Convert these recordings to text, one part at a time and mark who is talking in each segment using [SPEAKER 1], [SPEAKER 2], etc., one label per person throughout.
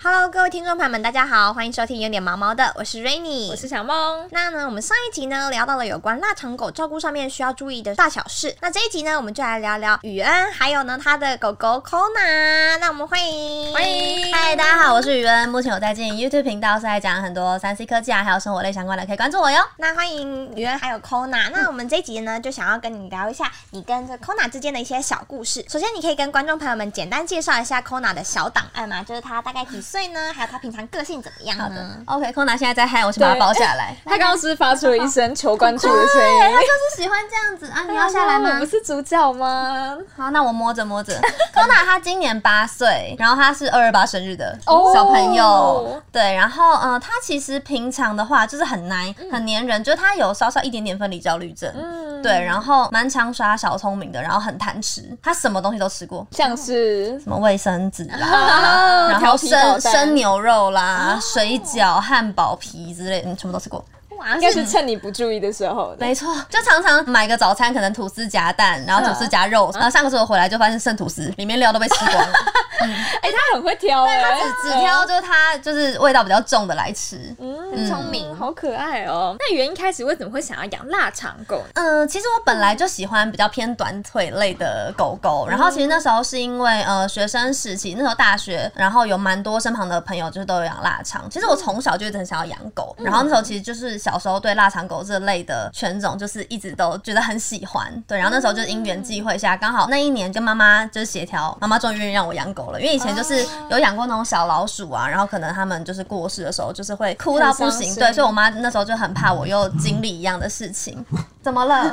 [SPEAKER 1] Hello，各位听众朋友们，大家好，欢迎收听有点毛毛的，我是 Rainy，
[SPEAKER 2] 我是小梦。
[SPEAKER 1] 那呢，我们上一集呢聊到了有关腊肠狗照顾上面需要注意的大小事，那这一集呢，我们就来聊聊雨恩，还有呢他的狗狗 Kona。那我们欢迎，
[SPEAKER 2] 欢迎
[SPEAKER 3] 嗨，大家好，我是于恩，目前有在经营 YouTube 频道，是在讲很多三 C 科技啊，还有生活类相关的，可以关注我哟。
[SPEAKER 1] 那欢迎雨恩还有
[SPEAKER 3] 嗯
[SPEAKER 1] Kona。那我们这一集呢，就想要跟你聊一下你跟这 Kona 之间的一些小故事。首先，你可以跟观众朋友们简单介绍一下 Kona 的小档案嘛，就是他大概几岁
[SPEAKER 3] 嗯
[SPEAKER 1] 呢？还有他平常个性怎么样
[SPEAKER 3] 好
[SPEAKER 1] 呢
[SPEAKER 2] 嗯
[SPEAKER 3] 的？，OK，空拿现在在嗨，我先把它包下来。
[SPEAKER 2] 他刚刚是不是发出了一声求关注的声音。
[SPEAKER 3] 他就是喜欢这样子啊，你要下来
[SPEAKER 2] 我
[SPEAKER 3] 吗
[SPEAKER 2] 不？是主角吗？
[SPEAKER 3] 好，那我摸着摸着，空娜她今年八岁，然后她是二二八生日的
[SPEAKER 2] 哦
[SPEAKER 3] 小朋友，对，然后嗯、呃，她其实平常的话就是很奶，很黏人，就是她有稍稍一点点分离焦虑症，
[SPEAKER 2] 嗯，
[SPEAKER 3] 对，然后蛮常耍小聪明的，然后很贪吃，她什么东西都吃过，
[SPEAKER 2] 像是
[SPEAKER 3] 什么卫生纸 啦。
[SPEAKER 2] 啊
[SPEAKER 3] 然
[SPEAKER 2] 调
[SPEAKER 3] 后
[SPEAKER 2] 皮捣
[SPEAKER 3] 生
[SPEAKER 2] 蛋哦
[SPEAKER 3] 生牛肉啦、水饺、汉堡皮之类的，嗯，全部都吃过。
[SPEAKER 1] 哇，
[SPEAKER 2] 应该是趁你不注意的时候的。
[SPEAKER 3] 没错，就常常买个早餐，可能吐司夹蛋，然后吐司夹肉，然后上个厕所回来就发现剩吐司，里面料都被吃光了。
[SPEAKER 2] 哎，他很会挑哎，
[SPEAKER 3] 他只只挑就是它就是味道比较重的来吃。
[SPEAKER 2] 嗯，
[SPEAKER 1] 很聪明。
[SPEAKER 2] 好可爱哦。那原一开始为什么会想要养腊肠狗呢？
[SPEAKER 3] 嗯，其实我本来就喜欢比较偏短腿类的狗狗，
[SPEAKER 2] 嗯
[SPEAKER 3] 然后其实那时候是因为呃学生时期，那时候大学，然后有蛮多身旁的朋友就是都有养腊肠。其实我从小就一直很想要养狗，
[SPEAKER 2] 嗯
[SPEAKER 3] 然后那时候其实就是小时候对腊肠狗这类的犬种就是一直都觉得很喜欢，对。然后那时候就是因缘际会
[SPEAKER 2] 嗯
[SPEAKER 3] 下，刚好那一年跟妈妈就是协调，妈妈终于愿意让我养狗了，因为以前就是
[SPEAKER 2] 哦
[SPEAKER 3] 有养过那种小老鼠啊，然后可能他们就是过世的时候就是会哭到
[SPEAKER 2] 很
[SPEAKER 3] 不
[SPEAKER 2] 伤
[SPEAKER 3] 行，
[SPEAKER 2] 心
[SPEAKER 3] 对，所以我妈那时候就很怕我又经历一样的事情。怎么了？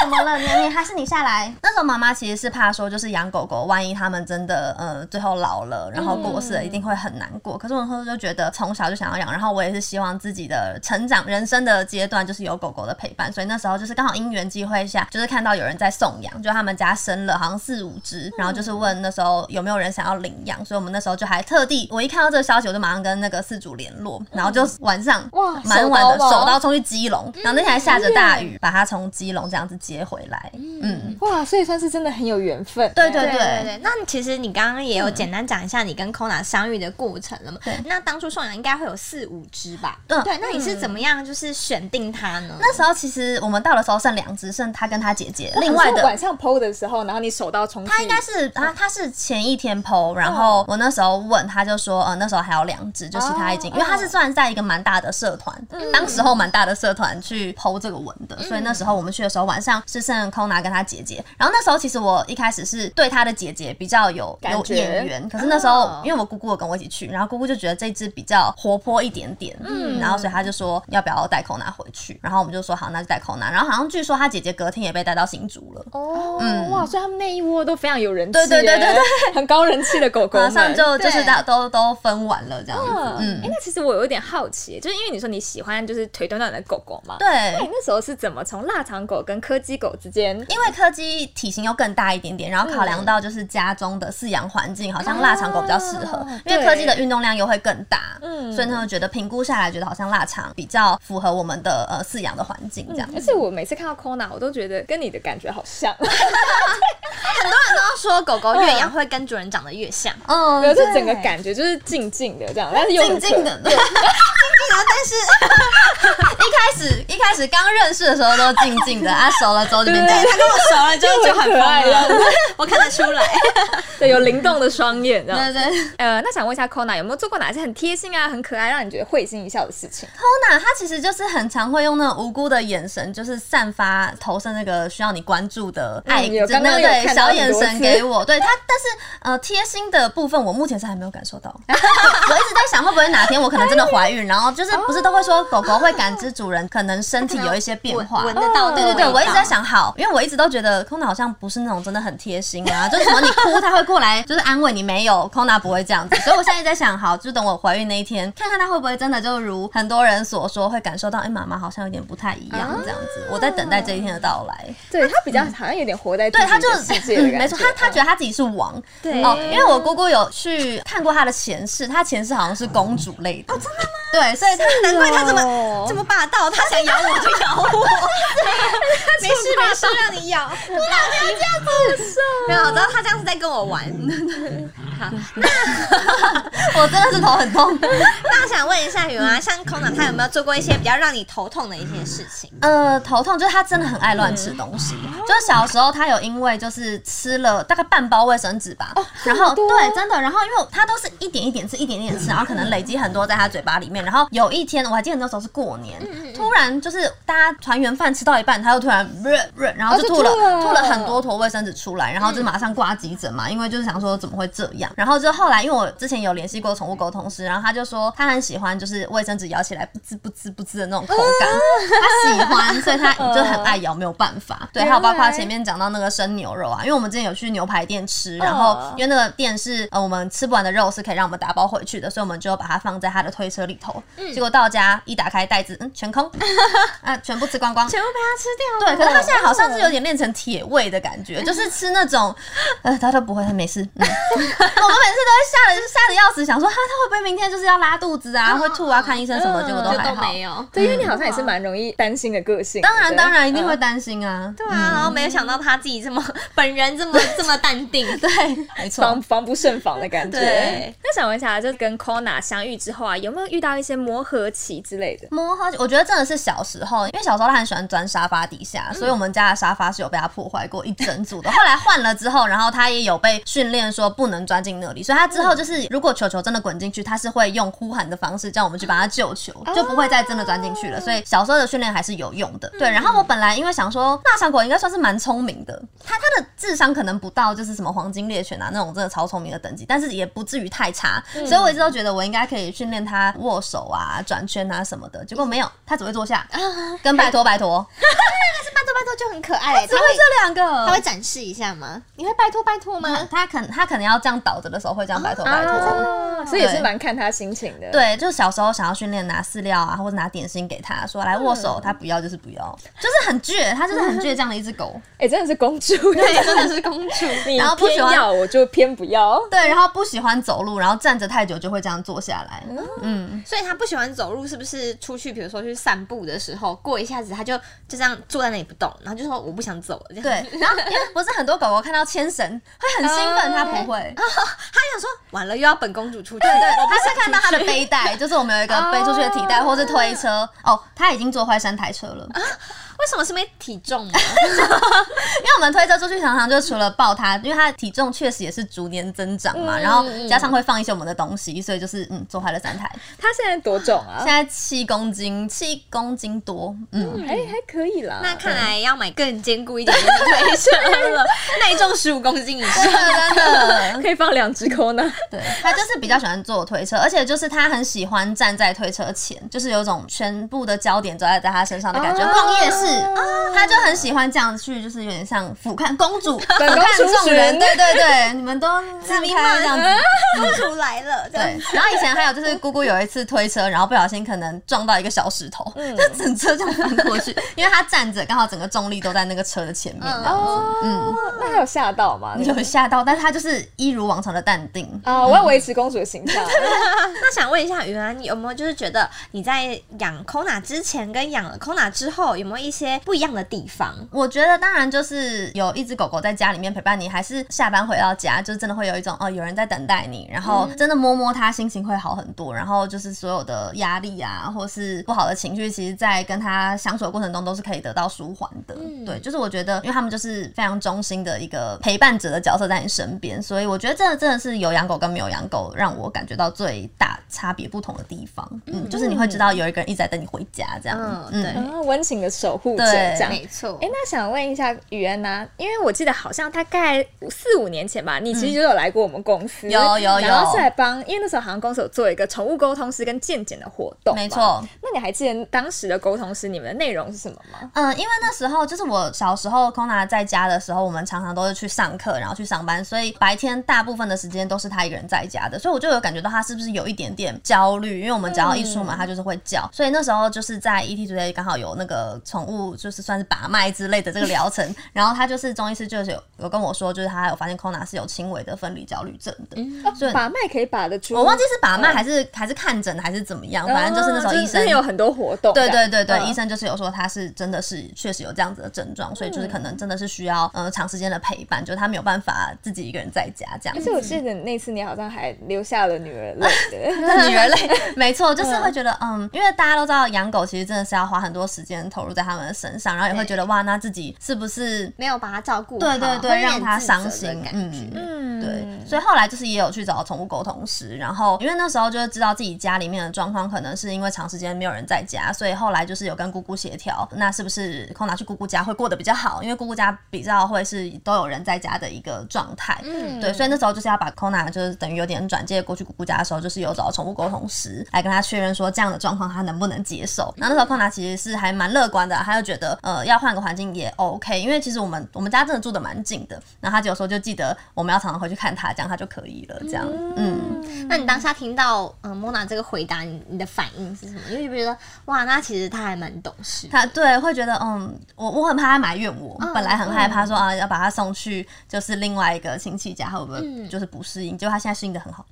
[SPEAKER 3] 怎么了？你你还是你下来。那时候妈妈其实是怕说，就是养狗狗，万一他们真的呃最后老了，然后过世了，一定会很难过。可是我那时候就觉得从小就想要养，然后我也是希望自己的成长人生的阶段就是有狗狗的陪伴，所以那时候就是刚好因缘际会下，就是看到有人在送养，就他们家生了好像四五只，然后就是问那时候有没有人想要领养，所以我们那时候就还特地，我一看到这个消息，我就马上跟那个饲主联络，然后就晚上
[SPEAKER 2] 哇
[SPEAKER 3] 蛮晚的
[SPEAKER 2] 手刀吗
[SPEAKER 3] 手刀冲去基隆，然后那天还下着大雨，把它从基隆这样子接回来。嗯，
[SPEAKER 2] 哇，所以算是真的很有缘分。
[SPEAKER 3] 对对
[SPEAKER 1] 对对
[SPEAKER 3] 对，
[SPEAKER 1] 对，那其实你刚刚也有简单讲一下你跟 Kona 相遇的过程了嘛？
[SPEAKER 3] 嗯对
[SPEAKER 1] 那当初送养应该会有四五只吧？
[SPEAKER 3] 嗯
[SPEAKER 1] 对，那你是怎么样就是选定它呢？
[SPEAKER 3] 那时候其实我们到的时候剩两只，剩他跟他姐姐，另外
[SPEAKER 2] 可是
[SPEAKER 3] 的
[SPEAKER 2] 晚。上剖的时候，然后你手刀冲去，哦
[SPEAKER 3] 他应该是啊，他是前一天剖，然后我那时候问他就说，呃，那时候还有两只，就其他已经，
[SPEAKER 2] 哦嗯
[SPEAKER 3] 因为他是算在一个蛮大的社团，当时候蛮大的社团去剖这个文的，所以那时
[SPEAKER 2] 嗯
[SPEAKER 3] 候我们去的时候晚上是剩空拿跟他姐姐，然后那时候其实我一开始是对他的姐姐比较有
[SPEAKER 2] 感
[SPEAKER 3] 有
[SPEAKER 2] 觉
[SPEAKER 3] 眼缘，可是那时候、
[SPEAKER 2] 哦
[SPEAKER 3] 因为我姑姑有跟我一起去，然后姑姑就觉得这只比较活泼一点点，嗯，然后所以他就说要不要带空拿回去，然后我们就说好，那就带空拿，然后好像据说他姐姐隔天也被带到新竹了。
[SPEAKER 2] 哦，
[SPEAKER 3] 嗯
[SPEAKER 2] 哇，所以他们那一窝都非常有人气，
[SPEAKER 3] 对对对对
[SPEAKER 2] 对，很高人气的狗狗
[SPEAKER 3] 马
[SPEAKER 2] 们，
[SPEAKER 3] 上就就是
[SPEAKER 1] 对
[SPEAKER 3] 大都都分完了这样子，
[SPEAKER 2] 嗯，
[SPEAKER 3] 嗯，
[SPEAKER 2] 哎、那其实我有点好奇，就是因为你说你喜欢就是腿短短的狗狗嘛，那你
[SPEAKER 3] 对。
[SPEAKER 2] 那时候是怎么从腊肠狗跟柯基狗之间？
[SPEAKER 3] 因为柯基体型又更大一点点，然后考
[SPEAKER 1] 嗯
[SPEAKER 3] 量到就是家中的饲养环境，好像腊肠狗比较适合
[SPEAKER 1] 哦
[SPEAKER 2] 啊，
[SPEAKER 3] 因为
[SPEAKER 2] 对
[SPEAKER 3] 柯基的运动量又会更大，
[SPEAKER 2] 嗯
[SPEAKER 3] 所以他们觉得评估下来，觉得好像腊肠比较符合我们的呃饲养的环境这样。
[SPEAKER 1] 嗯
[SPEAKER 2] 而且我每次看到 Kona，我都觉得跟你的感觉好像，
[SPEAKER 1] 都说狗狗越养会跟主人长得越像，
[SPEAKER 3] 嗯，
[SPEAKER 2] 有这
[SPEAKER 3] 对
[SPEAKER 2] 整个感觉就是静静的这样，但是又
[SPEAKER 3] 静
[SPEAKER 2] 很
[SPEAKER 3] 静 的，静静的，但是一开始一开始刚认识的时候都静静的，啊，熟了之后就变
[SPEAKER 2] 对
[SPEAKER 3] 这样。
[SPEAKER 1] 它跟我熟了就
[SPEAKER 2] 就很可爱这样，
[SPEAKER 1] 我看得出来。
[SPEAKER 2] 对，有灵动的双眼这样。
[SPEAKER 1] 对对，
[SPEAKER 2] 呃，那想问一下 Kona 有没有做过哪些很贴心啊、很可爱，让你觉得会心一笑的事情？
[SPEAKER 3] Kona 他其实就是很常会用那种无辜的眼神，就是散发投射那个需要你关注的爱，
[SPEAKER 2] 嗯有
[SPEAKER 3] 真
[SPEAKER 2] 刚
[SPEAKER 3] 的
[SPEAKER 2] 刚有
[SPEAKER 3] 对
[SPEAKER 2] 看到
[SPEAKER 3] 小
[SPEAKER 2] 很
[SPEAKER 3] 眼
[SPEAKER 2] 多
[SPEAKER 3] 神
[SPEAKER 2] 次
[SPEAKER 3] 给我。对他，但是呃贴心的部分我目前是还没有感 受到。我一直在想会不会哪天我可能真的怀孕，然后就是
[SPEAKER 2] 哦
[SPEAKER 3] 不是都会说狗狗会感知主人可能身体有一些变化。嗯
[SPEAKER 1] 闻得到
[SPEAKER 2] 哦
[SPEAKER 1] 的
[SPEAKER 3] 对
[SPEAKER 1] 味道。
[SPEAKER 3] 对对，我一直在想，好，因为我一直都觉得 Kona 好像不是那种真的很贴心啊，就是什么你哭 他会过来，就是安慰你，没有 Kona 不会这样子，所以我现在在想，好，就等我怀孕那一天，看看他会不会真的就如很多人所说，会感受到，哎、妈妈好像有点不太一样这样子，我在等待这一天的到来。
[SPEAKER 2] 对他比较好像有点活在自
[SPEAKER 3] 对，他
[SPEAKER 2] 己
[SPEAKER 3] 就嗯
[SPEAKER 2] 的世界的感觉，
[SPEAKER 3] 没错，他他觉得他自己是王，
[SPEAKER 1] 对
[SPEAKER 3] 哦，因为我姑姑有去看过他的前世，他前世好像是公主类的，哦，真的吗？对，所以他
[SPEAKER 1] 难怪它这
[SPEAKER 2] 哦
[SPEAKER 1] 么这么霸道，它想咬我就咬我， 没事
[SPEAKER 2] 霸道
[SPEAKER 1] 没 事，让你咬，不要这样子，没有，然后它这样是在跟我玩。好，
[SPEAKER 3] 我真的是头很痛。
[SPEAKER 1] 那我想问一下雨妈，像 Kona 她有没有做过一些比较让你头痛的一些事情？
[SPEAKER 3] 呃，头痛就是他真的很爱乱吃东西，就是小时候他有因为就是吃了大概半包卫生纸吧，然后对，真的，然后因为他都是一点一点吃，一点一点吃，然后可能累积很多在他嘴巴里面，然后有一天我还记得那时候是过年，突然就是大家团圆饭吃到一半，他又突然呃然后就吐了
[SPEAKER 2] 哦就吐了
[SPEAKER 3] 吐了很多坨卫生纸出来，然后就马上挂急诊嘛，因为就是想说怎么会这样，然后就后来因为我之前有联系过宠物沟通师，然后他就说他很喜欢就是卫生纸咬起来不滋不滋不滋的那种口感，他喜欢，所以他就很爱咬，没有办法。对，还有包括前面讲到那个生牛肉啊，因为我们之前有去牛排店吃，然后因为那个店是呃我们吃不完的肉是可以让我们打包回去的，所以我们就把它放在他的推车里头。结果到家一打开袋子，嗯，全空， 啊，全部吃光光。
[SPEAKER 1] 全部被他吃掉
[SPEAKER 3] 对，可是他现在好像是有点练成铁胃的感觉，就是吃那种，呃，他都不会，他没事。嗯我们每次都会吓得吓得要死，想说哈，他会不会明天就是要拉肚子啊，会吐啊，看医生什么，结果都
[SPEAKER 1] 就
[SPEAKER 3] 还
[SPEAKER 1] 都
[SPEAKER 3] 好。
[SPEAKER 1] 没有。
[SPEAKER 2] 对，因为你好像也是蛮容易担心的个性。
[SPEAKER 3] 嗯当然，
[SPEAKER 2] 对
[SPEAKER 3] 当然一定会担心啊。
[SPEAKER 1] 对啊，然后没有想到他自己这么本人这么这么淡 定，
[SPEAKER 3] 对，没
[SPEAKER 2] 防。防不胜防的感觉。
[SPEAKER 1] 对，
[SPEAKER 2] 那想问一下，就跟 Kona 相遇之后啊，有没有遇到一些磨合期之类的？
[SPEAKER 3] 摸喝，我觉得真的是小时候，因为小时候他很喜欢钻沙发底下，所以我们家的沙发是有被他破坏过一整组的。后来换了之后，然后他也有被训练说不能钻进那里，所以他之后就是如果球球真的滚进去，他是会用呼喊的方式叫我们去把他救球，就不会再真的钻进去了。所以小时候的训练还是有用的。对，然后我本来因为想说大长狗应该算是蛮聪明的，他他的智商可能不到就是什么黄金猎犬啊那种真的超聪明的等级，但是也不至于太差，所以我一直都觉得我应该可以训练它握手啊、转圈啊什么的。结果没有，它只会坐下，跟拜托拜托，
[SPEAKER 1] 拜托拜托就很可爱、欸，
[SPEAKER 3] 只
[SPEAKER 1] 他
[SPEAKER 3] 会
[SPEAKER 1] 会
[SPEAKER 3] 这两
[SPEAKER 1] 他会
[SPEAKER 3] 个。
[SPEAKER 1] 展示一下吗？你会拜托拜托吗？
[SPEAKER 3] 它可能它可能要这样倒着的时候会这样拜托拜托。
[SPEAKER 2] 啊，所以也是蛮看他心情的。，
[SPEAKER 3] 对，就是小时候想要训练拿饲料啊，或者拿点心给它，说来握手，它不要就是不要，就是很倔，它就是很倔这样的一只狗。
[SPEAKER 2] 哎，真的是公主，
[SPEAKER 1] 对，真的是公主。
[SPEAKER 2] 你
[SPEAKER 3] 然后不
[SPEAKER 2] 偏
[SPEAKER 3] 喜欢
[SPEAKER 2] 要我就偏不要。
[SPEAKER 3] 对，然后不喜欢走路，然后站着太久就会这样坐下来。嗯，
[SPEAKER 1] 所以他不喜欢走路，是不是出去，比如说去散步的时候，过一下子他就就这样坐在那里不动，然后就说我不想走了。对，
[SPEAKER 3] 对。然后因为不是很多狗狗看到牵绳会很兴奋，
[SPEAKER 2] 哦
[SPEAKER 3] 它不会。
[SPEAKER 1] 他想说完了又要本公主出去，
[SPEAKER 3] 对对，
[SPEAKER 1] 我
[SPEAKER 3] 我
[SPEAKER 1] 不
[SPEAKER 3] 不
[SPEAKER 1] 想
[SPEAKER 3] 是看到它的
[SPEAKER 1] 出去
[SPEAKER 3] 背带，就是我们有一个背出去的提袋，或是推车。哦，它已经坐坏三台车了，
[SPEAKER 1] 为什么是没体重啊吗？
[SPEAKER 3] 因为我们推车出去常常就除了抱它，因为它的体重确实也是逐年增长嘛，然后加上会放一些我们的东西，所以就是嗯，坐坏了三台。
[SPEAKER 2] 他现在多重啊
[SPEAKER 3] 现？在七公斤，七公斤多， 嗯。
[SPEAKER 2] 哎，还可以啦。
[SPEAKER 1] 那看来要买更坚固一点的推车了，耐重十五公斤以上。
[SPEAKER 3] 真的，
[SPEAKER 2] 可以放两 只 Kona。
[SPEAKER 3] 对他就是比较喜欢坐推车，而且就是他很喜欢站在推车前，就是有种全部的焦点都在在他身上的感觉。
[SPEAKER 2] 哦
[SPEAKER 3] 逛夜市，他就很喜欢这样去，就是有点像俯瞰公主、俯
[SPEAKER 2] 本公主
[SPEAKER 3] 瞰众人。
[SPEAKER 2] 群
[SPEAKER 3] 对对对，你们都自
[SPEAKER 1] 迷
[SPEAKER 3] 开
[SPEAKER 1] 茫
[SPEAKER 3] 这样
[SPEAKER 2] 嗯
[SPEAKER 3] 子。
[SPEAKER 1] 公主来了，这样
[SPEAKER 3] 对，然后以前还有就是姑姑有一次推车，然后不小心可能撞到一个小石头，
[SPEAKER 2] 嗯
[SPEAKER 3] 就整车这样翻过去，因为他站着，刚好整个重力都在那个车的前面这样子。
[SPEAKER 2] 哦，那还有吓到吗？
[SPEAKER 3] 你有吓到，但是他就是一如往常的淡定。
[SPEAKER 2] 啊，我要维持公主的形象。
[SPEAKER 1] 那想问一下，原来你有没有就是觉得你在养 Kona 之前跟养了 Kona 之后，有没有一些不一样的地方？
[SPEAKER 3] 我觉得当然就是有一只狗狗在家里面陪伴你，还是下班回到家，就真的会有一种哦，有人在等待你，然后
[SPEAKER 1] 嗯
[SPEAKER 3] 真的摸摸它，心情会好很多。然后就是所有的压力啊，或是不好的情绪，其实，在跟它相处的过程中都是可以得到舒缓的。
[SPEAKER 1] 嗯
[SPEAKER 3] 对，就是我觉得，因为他们就是非常忠心的一个陪伴者的角色在你身边，所以我觉得这真的是有养狗跟没有养狗让我感觉到最大差别不同的地方。嗯，就是你会知道有一个人一直在等你回家这样。
[SPEAKER 1] 嗯对
[SPEAKER 2] 啊，温情的守护者
[SPEAKER 3] 对
[SPEAKER 2] 这样。
[SPEAKER 1] 没错
[SPEAKER 2] 哎、，那想问一下雨恩呢、因为我记得好像大概四五年前吧，你其实就有来过我们公司，
[SPEAKER 3] 嗯有有
[SPEAKER 2] 然后
[SPEAKER 3] 有
[SPEAKER 2] 是来帮，因为那时候好像公司有做一个宠物沟通师跟健检的活动，
[SPEAKER 3] 没。错。
[SPEAKER 2] 那你还记得当时的沟通师你们的内容是什么吗？
[SPEAKER 3] 嗯，因为那时候就是我小时候空娜在家的时候，我们常常都是去上课，然后去上班，所以白天大部分的时间都是她一个人在家的，所以我就有感觉到她是不是有一点点嗯焦虑，因为我们只要一出门，她就是会叫，所以那时候就是在 ET Today 刚好有那个宠物物就是算是把脉之类的这个疗程，然后他就是中医师就是有有跟我说，就是他有发现 Kona 是有轻微的分离焦虑症的，所以
[SPEAKER 2] 哦把脉可以把得出，
[SPEAKER 3] 我忘记是把脉还是、还是看诊还是怎么样，
[SPEAKER 2] 哦，
[SPEAKER 3] 反正就是那时候医
[SPEAKER 2] 真
[SPEAKER 3] 生
[SPEAKER 2] 的有很多活动这
[SPEAKER 3] 对
[SPEAKER 2] 样，
[SPEAKER 3] 对对对，
[SPEAKER 2] 嗯
[SPEAKER 3] 医生就是有说他是真的是确实有这样子的症状，所以
[SPEAKER 2] 嗯
[SPEAKER 3] 就是可能真的是需要呃长时间的陪伴，就是他没有办法自己一个人在家这样
[SPEAKER 2] 而
[SPEAKER 3] 子
[SPEAKER 2] 且。我记得那次你好像还流下了女儿泪 的，
[SPEAKER 3] 女人 类，
[SPEAKER 2] 嗯
[SPEAKER 3] 没错，就是会觉得，嗯，因为大家都知道养狗其实真的是要花很多时间投入在他们的身上，然后也会觉得哇，那自己是不是
[SPEAKER 1] 没有把它照顾好，
[SPEAKER 3] 对对
[SPEAKER 1] 会
[SPEAKER 3] 对
[SPEAKER 1] 有点
[SPEAKER 3] 让它
[SPEAKER 1] 自责
[SPEAKER 3] 伤
[SPEAKER 1] 的
[SPEAKER 3] 心
[SPEAKER 1] 感？
[SPEAKER 3] 嗯，
[SPEAKER 2] 嗯
[SPEAKER 3] 对，所以后来就是也有去找宠物沟通师，然后因为那时候就是知道自己家里面的状况，可能是因为长时间没有人在家，所以后来就是有跟姑姑协调，那是不是空拿去姑姑家会过得比较好？因为姑姑家比较会是都有人在家的一个状态，
[SPEAKER 1] 嗯
[SPEAKER 3] 对，所以那时候就是要把 Kona 就是等于有点转介过去姑姑家的时候，就是有找宠物沟通师来跟他确认说这样的状况他能不能接受。那那时候 Kona 其实是还蛮乐观的，他就觉得呃要换个环境也 OK，因为其实我们我们家真的住的蛮近的，然后他就有时候就记得我们要常常回去看他，这样他就可以了，这样嗯
[SPEAKER 1] 那你当下听到嗯莫娜这个回答，你你的反应是什么？因为你不觉得哇，那其实他还蛮懂事。
[SPEAKER 3] 他对会觉得嗯，我我很怕他埋怨我，
[SPEAKER 1] 嗯
[SPEAKER 3] 本来很害怕说啊要把他送去就是另外一个亲戚家，会不会就是不适应？结果他现在适应的很 好，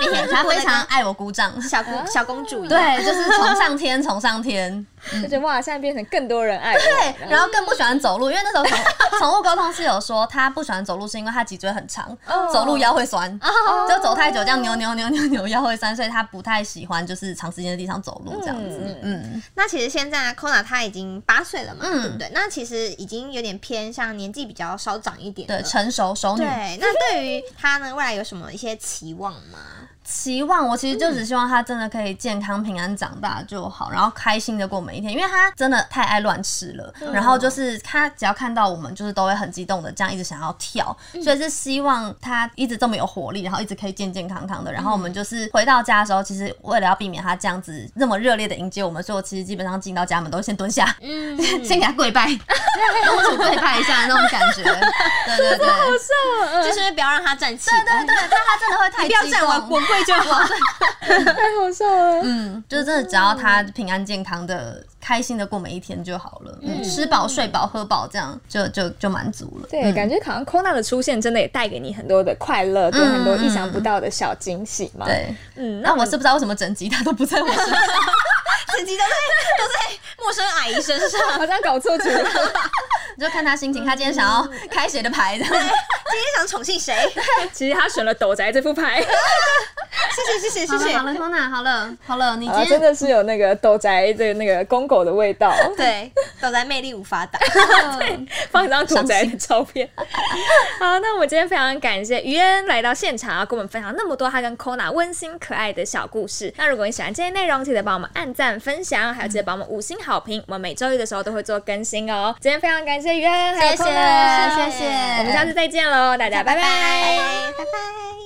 [SPEAKER 1] 每天
[SPEAKER 3] 他
[SPEAKER 1] 他
[SPEAKER 3] 非
[SPEAKER 1] 非
[SPEAKER 3] 常
[SPEAKER 1] 常
[SPEAKER 3] 爱我鼓掌。
[SPEAKER 1] 小公小公 主一样，
[SPEAKER 3] 啊对，就是崇上天，崇上天。
[SPEAKER 2] 就觉得哇，现在变成更多人爱我，
[SPEAKER 3] 对，然后更不喜欢走路，因为那时候宠宠物沟通是有说，他不喜欢走路是因为他脊椎很长，
[SPEAKER 2] 哦
[SPEAKER 3] 走路腰会酸，就走太久这样扭扭扭扭扭腰会酸，所以他不太喜欢就是长时间的地上走路这样子。嗯，
[SPEAKER 1] 那其实现在 Kona 他已经八岁了嘛，
[SPEAKER 3] 嗯
[SPEAKER 1] 对不对？那其实已经有点偏向年纪比较稍长一点的
[SPEAKER 3] 对，成熟熟女
[SPEAKER 1] 对，那对于他呢，未来有什么一些期望吗？
[SPEAKER 3] 期望，我其实就
[SPEAKER 1] 嗯
[SPEAKER 3] 只希望他真的可以健康平安长大就好，然后开心的过每一天，因为他真的太爱乱吃了。
[SPEAKER 1] 嗯
[SPEAKER 3] 然后就是他只要看到我们，就是都会很激动的这样一直想要跳，
[SPEAKER 1] 嗯
[SPEAKER 3] 所以是希望他一直这么有活力，然后一直可以健健康康的。
[SPEAKER 1] 嗯
[SPEAKER 3] 然后我们就是回到家的时候，其实为了要避免他这样子那么热烈的迎接我们，所以我其实基本上进到家门都会先蹲下，
[SPEAKER 1] 嗯，
[SPEAKER 3] 先给他跪拜，公主跪拜一下那种感觉。对 对对，
[SPEAKER 1] 就是不要让他站起
[SPEAKER 3] 嗯对
[SPEAKER 1] 来，
[SPEAKER 3] 对 对，但他真的会太
[SPEAKER 1] 不要
[SPEAKER 3] 激
[SPEAKER 1] 站，我
[SPEAKER 3] 动
[SPEAKER 1] 滚跪就好。
[SPEAKER 2] 太好笑了。
[SPEAKER 3] 嗯，就是真的，只要他平安健康的、开心的过每一天就好了。嗯，吃饱、睡饱、喝饱，这样就就就满足了。
[SPEAKER 2] 对，
[SPEAKER 3] 嗯
[SPEAKER 2] 感觉好像 Kona 的出现真的也带给你很多的快乐，跟很多意想不到的小惊喜嘛。，
[SPEAKER 3] 对。
[SPEAKER 2] 嗯，那
[SPEAKER 3] 那
[SPEAKER 2] 我
[SPEAKER 3] 我是不知道为什么整集他都不在我身上，
[SPEAKER 1] 成绩都在都在陌生 阿姨身上。
[SPEAKER 2] 好像搞错主意了。
[SPEAKER 3] 就看他心情。他今天想要开谁的牌这样。
[SPEAKER 1] 今天想宠幸谁？
[SPEAKER 2] 其实他选了斗宅这副牌，
[SPEAKER 1] 谢谢谢谢谢
[SPEAKER 3] 好
[SPEAKER 1] 谢。
[SPEAKER 3] 了，康娜，好了好了，你
[SPEAKER 2] 啊，
[SPEAKER 3] 今
[SPEAKER 2] 真
[SPEAKER 3] 天
[SPEAKER 2] 的是有那个斗宅的那个公狗的味道，
[SPEAKER 1] 对，都在魅力无法 挡。
[SPEAKER 2] 放一张土宅的照片。 好，那我们今天非常感谢于恩来到现场，跟我们分享那么多他跟 Kona 温馨可爱的小故事。那如果你喜欢今天内容，记得帮我们按赞、分享，还有记得帮我们五星好评。我们每周一的时候都会做更新哦。今天非常感谢于恩，还有
[SPEAKER 3] 谢谢
[SPEAKER 2] Kona，
[SPEAKER 3] 谢谢，
[SPEAKER 2] 我们下次再见喽，大家拜
[SPEAKER 1] 拜
[SPEAKER 2] 拜
[SPEAKER 1] 拜拜拜。